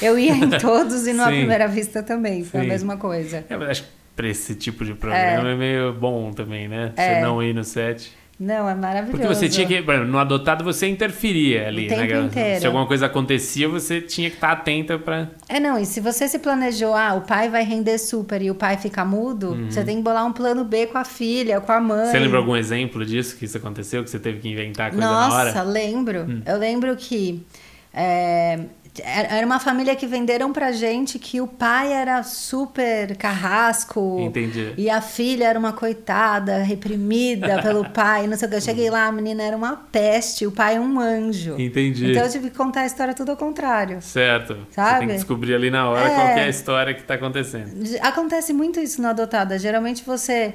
eu ia em todos e no A Sim. Primeira Vista também. Foi Sim. a mesma coisa. É, mas acho que pra esse tipo de programa é, meio bom também, né? Você É. não ir no set. Não, é maravilhoso. Porque você tinha que. por exemplo, No adotado você interferia ali, O tempo né? galera? inteiro. Se alguma coisa acontecia, você tinha que estar atenta pra. É, não, e se você se planejou, ah, o pai vai render super e o pai fica mudo, você tem que bolar um plano B com a filha, com a mãe. Uhum. Você lembra algum exemplo disso que isso aconteceu? Que você teve que inventar coisa na hora? Hum. Nossa, lembro. Eu lembro que é, era era uma família que venderam pra gente que o pai era super carrasco. Entendi. E a filha era uma coitada, reprimida pelo pai, não sei o que. Eu cheguei lá, a menina era uma peste, o pai um anjo. Entendi. Então eu tive que contar a história tudo ao contrário. Certo. Você tem Sabe? que descobrir ali na hora É. qual que é a história que tá acontecendo. Acontece muito isso no Adotada. Geralmente você.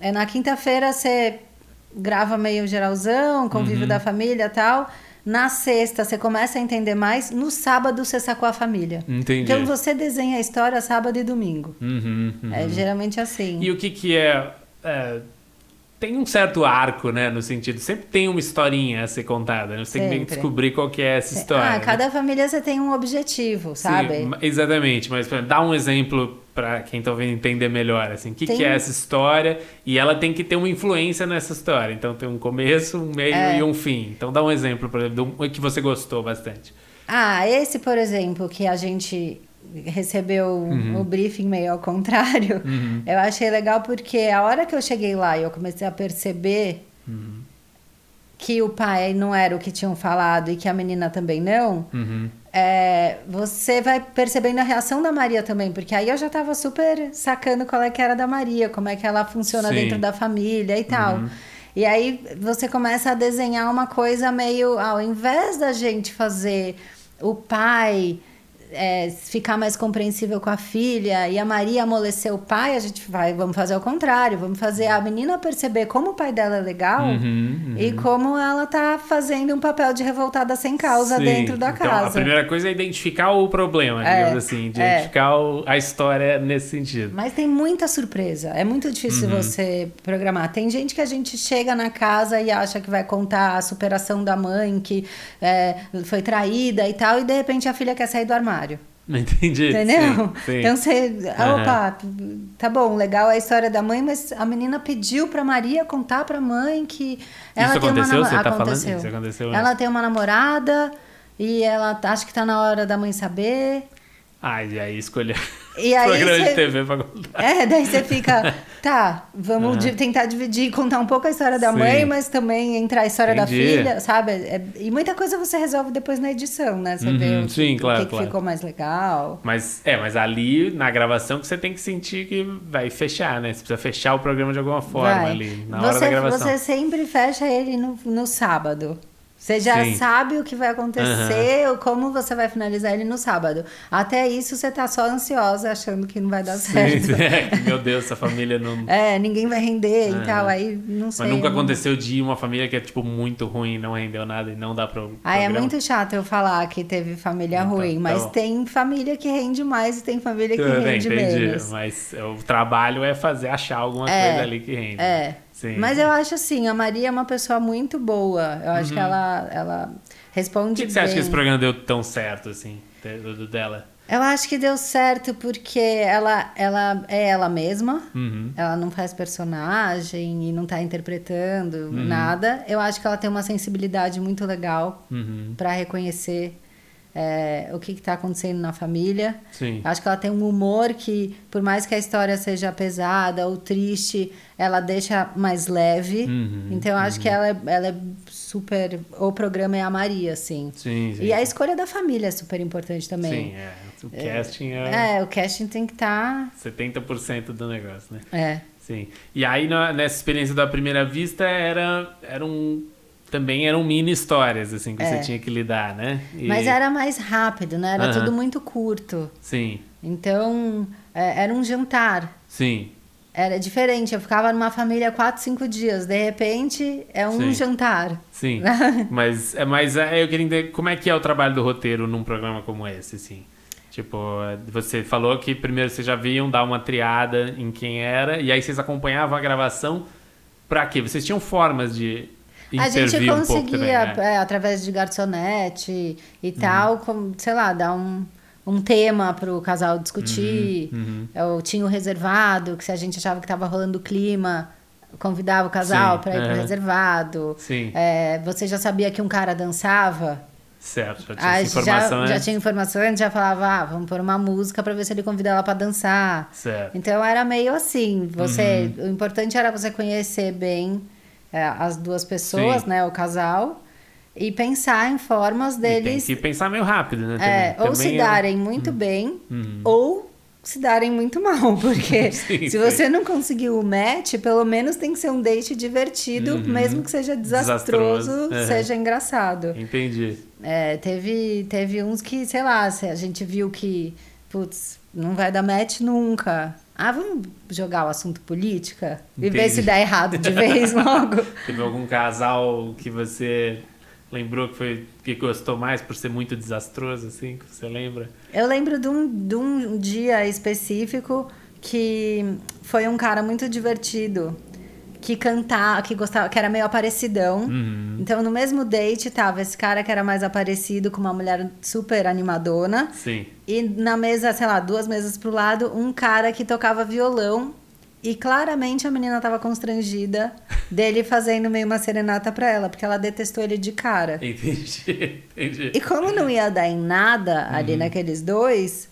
É, na quinta-feira você grava meio geralzão, convívio Uhum. da família e tal. Na sexta você começa a entender mais. No sábado você sacou a família. Entendi. Então você desenha a história sábado e domingo. Uhum, uhum. É geralmente assim. E o que que é, é, Tem um certo arco, né? No sentido, sempre tem uma historinha a ser contada, né? Você tem que Sempre. descobrir qual que é essa história. ah, né? cada família você tem um objetivo, Sim, sabe? ma- exatamente, mas pra- dá um exemplo para quem tá ouvindo entender melhor, assim, o que, Tem- que é essa história e ela tem que ter uma influência nessa história. Então tem um começo, um meio É. e um fim. Então dá um exemplo, por exemplo, de um- que você gostou bastante. Ah, esse, por exemplo, que a gente recebeu o briefing meio ao contrário, eu achei legal porque a hora que eu cheguei lá e eu comecei a perceber que o pai não era o que tinham falado e que a menina também não, é, você vai percebendo a reação da Maria também, porque aí eu já tava super sacando qual é que era da Maria, como é que ela funciona Sim. Uhum. dentro da família e tal. E aí você começa a desenhar uma coisa meio ao invés da gente fazer o pai é, ficar mais compreensível com a filha e a Maria amolecer o pai, a gente vai, vamos fazer o contrário, vamos fazer a menina perceber como o pai dela é legal Uhum, e como ela tá fazendo um papel de revoltada sem causa Sim, dentro da então, casa. A primeira coisa é identificar o problema, É, digamos assim, é. identificar o- a história nesse sentido. Mas tem muita surpresa. É muito difícil Uhum. você programar. Tem gente que a gente chega na casa e acha que vai contar a superação da mãe, que é, foi traída e tal, e de repente a filha quer sair do armário. Entendi. Sim, Entendeu? sim. Então você. ah, Aham. Opa, tá bom, legal a história da mãe, mas a menina pediu pra Maria contar pra mãe que ela aconteceu? tem uma Você tá namorada. falando? Isso aconteceu mesmo. ela tem uma namorada e ela tá- acha que tá na hora da mãe saber. Ah, e aí escolher E aí programa você- de TV pra contar. É, daí você fica, tá, vamos di- tentar dividir, contar um pouco a história da Sim. mãe, mas também entrar a história Entendi. da filha, sabe? É- e muita coisa você resolve depois na edição, né? Você vê Uhum, o que, sim, o que claro, que claro. ficou mais legal. Mas, é, mas ali na gravação que você tem que sentir que vai fechar, né? Você precisa fechar o programa de alguma forma Vai. ali, na você, hora da gravação. você sempre fecha ele no, no sábado. Você já Sim. sabe o que vai acontecer, ou como você vai finalizar ele no sábado. Até isso você tá só ansiosa, achando que não vai dar certo. Sim, É, Meu Deus, essa família não. É, ninguém vai render Aham. e tal, aí não sei. Mas nunca não- aconteceu de uma família que é, tipo, muito ruim, não rendeu nada e não dá pra. Ah, é muito chato eu falar que teve família Então, ruim, tá mas bom. tem família que rende mais e tem família que Tudo bem, rende entendi. menos. Mas o trabalho é fazer, achar alguma É, coisa ali que rende. É. Sim. Mas eu acho assim, a Maria é uma pessoa muito boa. Eu acho que ela, ela Por responde Uhum. que, que você bem. acha que esse programa deu tão certo, assim, de- do, do dela? Eu acho que deu certo porque ela, ela é ela mesma. Uhum. Ela não faz personagem e não tá interpretando Uhum. nada. Eu acho que ela tem uma sensibilidade muito legal Uhum. pra reconhecer é, o que, que tá acontecendo na família. Sim. Acho que ela tem um humor que, por mais que a história seja pesada ou triste, ela deixa mais leve. Uhum, então eu acho que ela é, ela é super. O programa é a Maria, assim. Sim, sim. E a escolha da família é super importante Sim, também. é. O casting é, É, o casting tem que estar. 70% do negócio, né? É. Sim. E aí, na- nessa experiência da primeira vista, era, era um. Também eram mini histórias, assim, que É. você tinha que lidar, né? E- Mas era mais rápido, né? Era Aham. tudo muito curto. Sim, Então, é, era um jantar. sim. Era diferente. Eu ficava numa família quatro, cinco dias. De repente, é um Sim. jantar. Sim, mas, é, mas é, eu queria entender como é que é o trabalho do roteiro num programa como esse, assim. Tipo, é, você falou que primeiro vocês já viam dar uma triada em quem era, e aí vocês acompanhavam a gravação pra quê? Vocês tinham formas de A gente intervir um pouco também, conseguia, né? é, através de garçonete e tal, com, sei lá, dar um, um tema pro casal discutir. Uhum, Eu tinha o reservado, que se a gente achava que tava rolando o clima, convidava o casal Sim, para ir pro aham. reservado. Sim. É, você já sabia que um cara dançava? Certo, já tinha Ah, essa informação, já, né? já tinha informação, a gente já falava, ah, vamos pôr uma música pra ver se ele convida ela pra dançar. Certo. Então era meio assim, você, Uhum. o importante era você conhecer bem é, as duas pessoas, Sim. né, o casal, e pensar em formas E deles Tem que pensar meio rápido, né? é, também. ou se Também é- Uhum. darem muito bem, ou se darem muito mal, porque Sim, se sim. você não conseguir o match, pelo menos tem que ser um date divertido, mesmo que seja desastroso, Uhum. Desastroso, é. seja engraçado. Entendi. É, teve, teve uns que, sei lá, se a gente viu que, putz, não vai dar match nunca. Ah, vamos jogar o assunto política e ver Entendi. se dá errado de vez logo. Teve algum casal que você lembrou que, foi, que gostou mais por ser muito desastroso, assim, que você lembra? Eu lembro de um, de um dia específico que foi um cara muito divertido que cantava, que gostava, que era meio aparecidão. Então no mesmo date tava esse cara que era mais aparecido com uma mulher super animadona. Sim. E na mesa, sei lá, duas mesas pro lado, um cara que tocava violão. E claramente a menina tava constrangida dele fazendo meio uma serenata pra ela, porque ela detestou ele de cara. Entendi, entendi. E como não ia dar em nada ali Uhum. naqueles dois,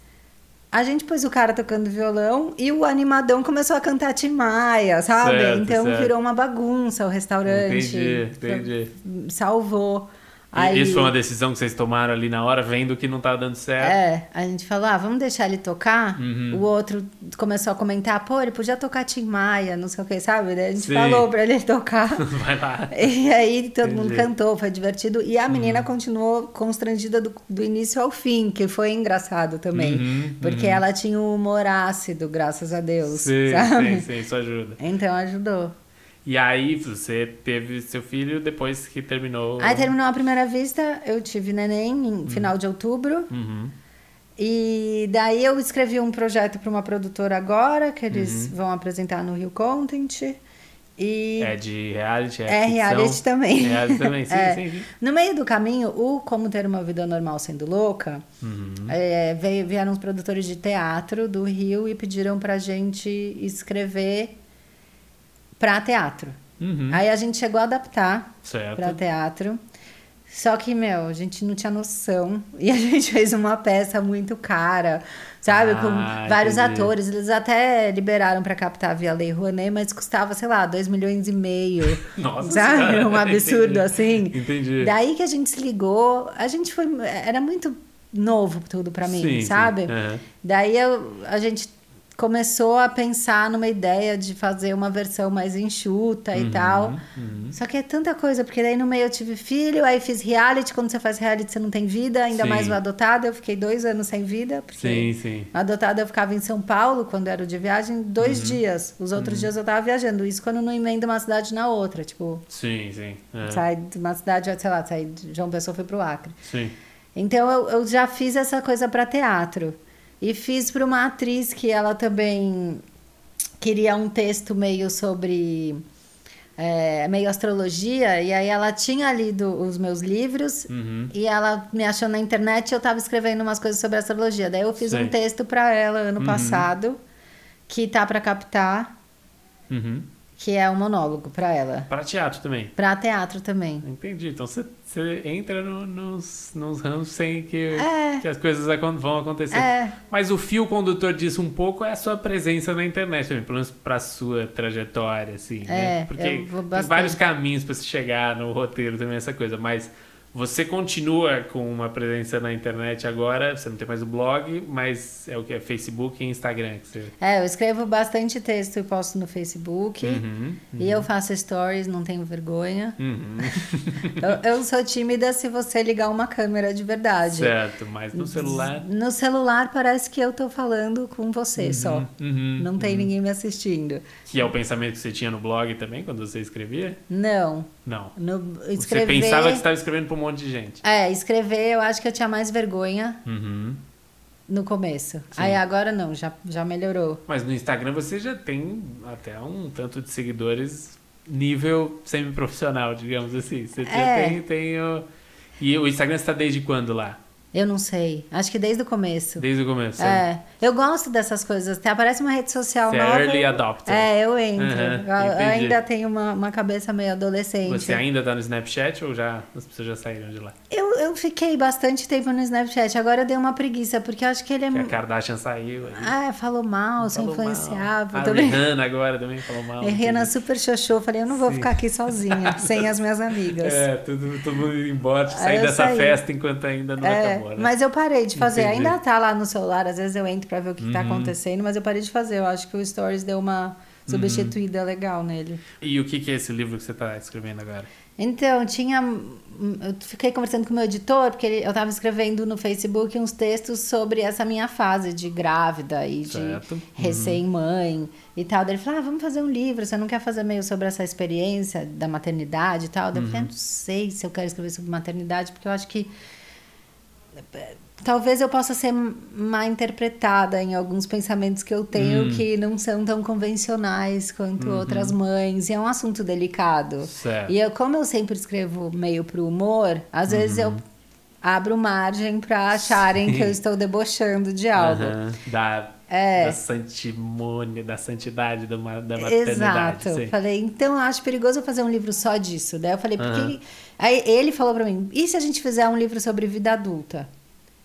a gente pôs o cara tocando violão e o animadão começou a cantar Tim Maia, sabe? Certo, então certo. virou uma bagunça o restaurante. Entendi, entendi. Salvou. E Isso foi uma decisão que vocês tomaram ali na hora, vendo que não tá dando certo. É, a gente falou, ah, vamos deixar ele tocar. Uhum. O outro começou a comentar, pô, ele podia tocar Tim Maia, não sei o que, sabe? Daí A gente Sim. falou pra ele tocar. Vai lá. E aí todo mundo Entendi. Uhum. cantou, foi divertido. E a menina continuou constrangida do, do início ao fim, que foi engraçado também. Uhum, porque ela tinha um humor ácido, graças a Deus, Sim, sabe? sim, sim, isso ajuda. Então ajudou. E aí, você teve seu filho depois que terminou. Aí terminou a primeira vista, eu tive neném Uhum. em final de outubro. E daí eu escrevi um projeto para uma produtora agora, que eles vão apresentar no Rio Content. E Uhum. É de reality, é, É ficção. reality também. É reality também, sim, É. sim, sim. No meio do caminho, o Como Ter Uma Vida Normal Sendo Louca, Uhum. é, veio, vieram os produtores de teatro do Rio e pediram pra gente escrever pra teatro. Uhum, Aí a gente chegou a adaptar certo. pra teatro. Só que, meu, a gente não tinha noção. E a gente fez uma peça muito cara, sabe? Ah, Com vários entendi. atores. Eles até liberaram pra captar via Lei Rouanet, mas custava, sei lá, 2 milhões e meio. Nossa sabe? Senhora, Um absurdo entendi. assim. Entendi. Daí que a gente se ligou. A gente foi. Era muito novo tudo pra mim, Sim, É. sim. sabe? Aham. Daí eu- a gente começou a pensar numa ideia de fazer uma versão mais enxuta Uhum, e tal. Só que é tanta coisa, porque daí no meio eu tive filho, aí fiz reality. Quando você faz reality, você não tem vida, ainda Sim. mais o adotado. Eu fiquei dois anos sem vida, porque Sim, sim. o adotado eu ficava em São Paulo, quando era de viagem, dois Uhum. dias. Os outros dias eu tava viajando. Isso quando não emenda uma cidade na outra. Tipo, Sim, sim. É. Aham. sai de uma cidade, sei lá, sai de João Pessoa, foi pro Acre. Sim. Então eu, eu já fiz essa coisa para teatro. E fiz para uma atriz que ela também queria um texto meio sobre. é, meio astrologia, e aí ela tinha lido os meus livros e ela me achou na internet e eu tava escrevendo umas coisas sobre astrologia. Daí eu fiz Sei. um texto para ela ano passado, que tá para captar, Uhum. que é um monólogo para ela. Para teatro também. Para teatro também. Entendi. Então você- você entra no- nos, nos ramos sem que, É. que as coisas acon- vão acontecer. É. Mas o fio condutor disso um pouco é a sua presença na internet, também, pelo menos pra sua trajetória, assim. né? É, Porque eu vou tem bastante. vários caminhos pra se chegar no roteiro também, essa coisa. Mas você continua com uma presença na internet agora, você não tem mais o blog, mas é o que? É Facebook e Instagram que você. É, eu escrevo bastante texto e posto no Facebook. Uhum. E eu faço stories, não tenho vergonha. Uhum. Eu, eu sou tímida se você ligar uma câmera de verdade. Certo, mas no celular. No celular parece que eu tô falando com você só. Uhum. Não tem ninguém me assistindo. Que é o pensamento que você tinha no blog também, quando você escrevia? Não. Não. No, Você escrever... pensava que você estava escrevendo para um monte de gente. É, escrever eu acho que eu tinha mais vergonha Uhum. no começo. Aí agora não, já, já melhorou. Mas no Instagram você já tem até um tanto de seguidores nível semi-profissional, digamos assim. Você já É. tem, tem o... E o Instagram está desde quando lá? Eu não sei. Acho que desde o começo. Desde o começo. É, eu gosto dessas coisas. Até aparece uma rede social Você é nova. early adopter. É, eu entro. Aham, Eu- eu entendi. ainda tenho uma, uma cabeça meio adolescente. Você ainda está no Snapchat ou já as pessoas já saíram de lá? eu, eu fiquei bastante tempo no Snapchat. Agora eu dei uma preguiça, porque eu acho que ele é. Que a Kardashian saiu. Aí. Ah, falou mal, sou falou mal. influenciável. A também. Rihanna agora também falou mal. Rihanna super xoxô. Falei, eu não vou ficar aqui sozinha, sem as minhas amigas. É É, tudo, todo mundo indo embora, Aí sair eu dessa saí. festa enquanto ainda não É, acabou, né? mas eu parei de fazer. Entendi. Uhum. Ainda tá lá no celular, às vezes eu entro pra ver o que, que tá acontecendo, mas eu parei de fazer. Eu acho que o Stories deu uma substituída legal nele. E o que, que é esse livro que você está escrevendo agora? Então, tinha. hum, Eu fiquei conversando com o meu editor, porque ele- eu estava escrevendo no Facebook uns textos sobre essa minha fase de grávida e Certo. de recém-mãe e tal. Daí ele falou: ah, vamos fazer um livro, você não quer fazer meio sobre essa experiência da maternidade e tal? Daí eu falei: ah, não sei se eu quero escrever sobre maternidade, porque eu acho que. Talvez eu possa ser má interpretada em alguns pensamentos que eu tenho que não são tão convencionais quanto outras mães. E é um assunto delicado. Certo. E é eu, como eu sempre escrevo meio pro humor, às vezes Uhum. eu abro margem pra acharem que eu estou debochando de algo. Aham, Da, É. da santimônia, da santidade da, ma- da maternidade. Exato. É sim. Falei, então eu acho perigoso eu fazer um livro só disso. Daí eu falei, porque. Aí ele falou pra mim: e se a gente fizer um livro sobre vida adulta?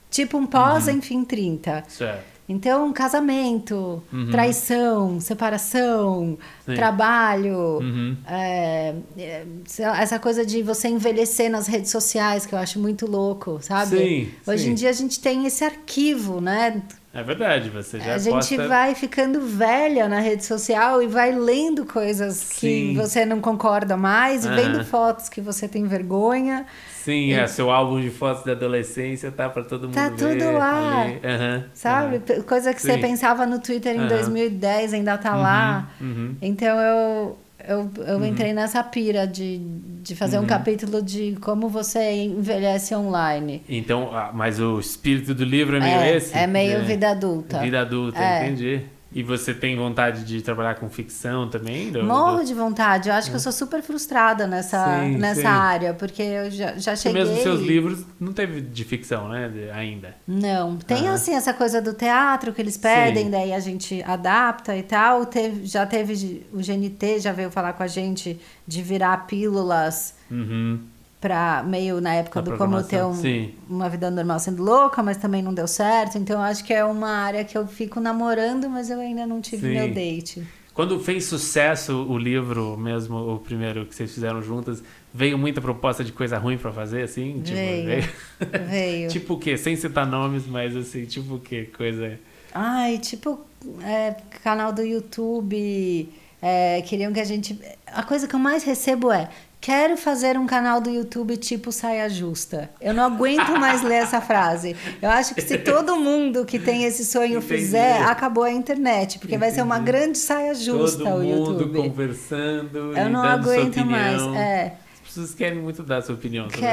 Tipo um Uhum. pós, enfim, 30. Certo. Então, casamento, traição, separação, Uhum. Sim. trabalho, Uhum. é, é, sei lá, essa coisa de você envelhecer nas redes sociais, que eu acho muito louco, sabe? Sim, Hoje sim. em dia a gente tem esse arquivo, né? É verdade, você já a gente posta- vai ficando velha na rede social e vai lendo coisas Sim. que você não concorda mais, e vendo Aham. fotos que você tem vergonha. Sim, é, seu álbum de fotos da adolescência tá pra todo mundo Tá ver. tudo lá. ali. Aham, Sabe? aham. P- Coisa que você É. Sim. pensava no Twitter em Aham. 2010, ainda tá lá. uhum. Então eu, eu, eu entrei nessa pira de, de fazer Uhum. um capítulo de como você envelhece online. Então, ah, mas o espírito do livro é meio É, esse? é meio vida adulta. Vida adulta, É. entendi. E você tem vontade de trabalhar com ficção também? Do- Morro do- de vontade, eu acho que eu sou super frustrada nessa, É. Sim, nessa sim. área, porque eu já, já Porque cheguei. mesmo seus livros não teve de ficção, né? de- Ainda. Não, tem Aham. assim essa coisa do teatro que eles pedem, Ah. Sim. daí a gente adapta e tal. Teve- já teve o GNT, já veio falar com a gente de virar pílulas Uhum. pra meio na época Na do como ter programação, um- sim. uma vida normal sendo louca, mas também não deu certo. Então eu acho que é uma área que eu fico namorando, mas eu ainda não tive Sim. meu date. Quando fez sucesso o livro mesmo, o primeiro que vocês fizeram juntas, veio muita proposta de coisa ruim pra fazer, assim? Tipo, Veio. Veio. tipo o quê? Sem citar nomes, mas assim, tipo o quê? Coisa... Ai, tipo, é, canal do YouTube. é, queriam que a gente. A coisa que eu mais recebo é. Quero fazer um canal do YouTube tipo saia justa. Eu não aguento mais ler essa frase. Eu acho que se todo mundo que tem esse sonho Entendi. fizer, acabou a internet, porque vai ser uma Entendi. grande saia justa Todo o mundo YouTube. conversando e Eu não dando sua aguento opinião. mais. É. As né? pessoas querem muito dar sua opinião sobre as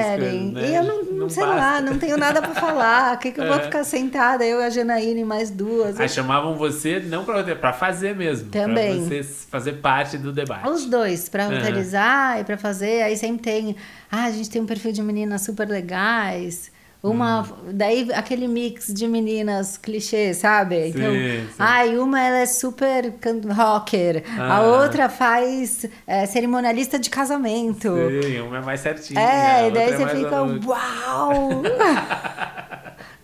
coisas, Querem. né? E eu não, não sei lá, basta. não tenho nada pra falar. O que, que eu vou É. ficar sentada? Eu e a Janaína e mais duas. Aí chamavam você não pra roteiro, pra fazer mesmo. Também. Pra você fazer parte do debate. Os dois, pra Aham. roteirizar e pra fazer. Aí sempre tem. Ah, a gente tem um perfil de meninas super legais. Uma. Daí aquele mix de meninas clichê, sabe? Então. sim. Ai, uma ela é super can- rocker, a Ah. outra faz é, cerimonialista de casamento. Sim, uma é mais certinha. É, a e outra daí é você mais fica, maluca. uau!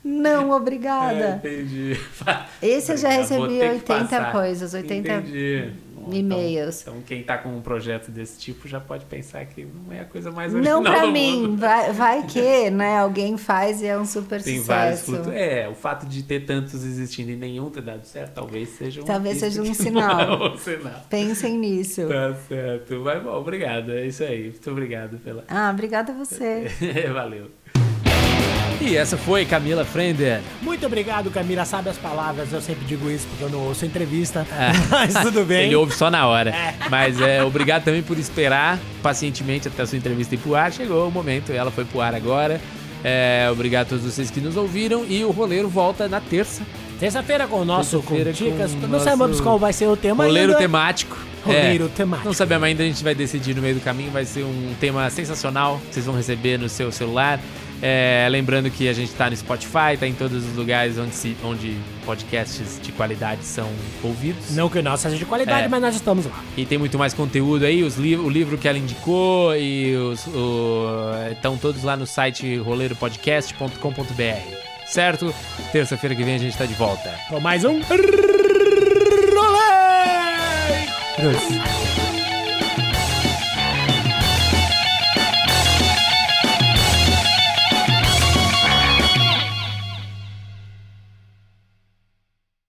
Não, É, obrigada. entendi. ah, Esse eu já Vou recebi ter que 80 passar. coisas, 80 Entendi. Bom, e-mails. Então, então, quem tá com um projeto desse tipo já pode pensar que não é a coisa mais original Não pra do mim, mundo. vai, vai que, né? Alguém faz e é um super Tem vários sucesso. futuros. É, o fato de ter tantos existindo e nenhum ter dado certo, talvez seja um Talvez indício seja um que não sinal. é um sinal. Pensem nisso. Tá certo. Mas bom, obrigado. É isso aí. Muito obrigado pela. Ah, obrigada a É, você. Valeu. E essa foi Camila Frender. Muito obrigado, Camila. Sabe as palavras, eu sempre digo isso porque eu não ouço entrevista. Ah. Mas tudo bem. Ah, Ele ouve só na hora. Mas é, obrigado também por esperar pacientemente até a sua entrevista ir pro ar. Chegou o momento, ela foi pro ar agora. É, obrigado a todos vocês que nos ouviram. E o roleiro volta na terça. Terça-feira com o nosso com Terça-feira dicas. com o não nosso- sabemos qual vai ser o tema roleiro ainda. temático. Roleiro É, temático. Não sabemos ainda, a gente vai decidir no meio do caminho. Vai ser um tema sensacional que vocês vão receber no seu celular. É, lembrando que a gente tá no Spotify, tá em todos os lugares onde, se, onde podcasts de qualidade são ouvidos. Não que o nosso seja de qualidade, É. mas nós estamos lá. E tem muito mais conteúdo aí, os li o livro que ela indicou e os, o- estão todos lá no site roleiropodcast.com.br. Certo? Terça-feira que vem a gente Então, tá de volta. Com mais um. Roleiro!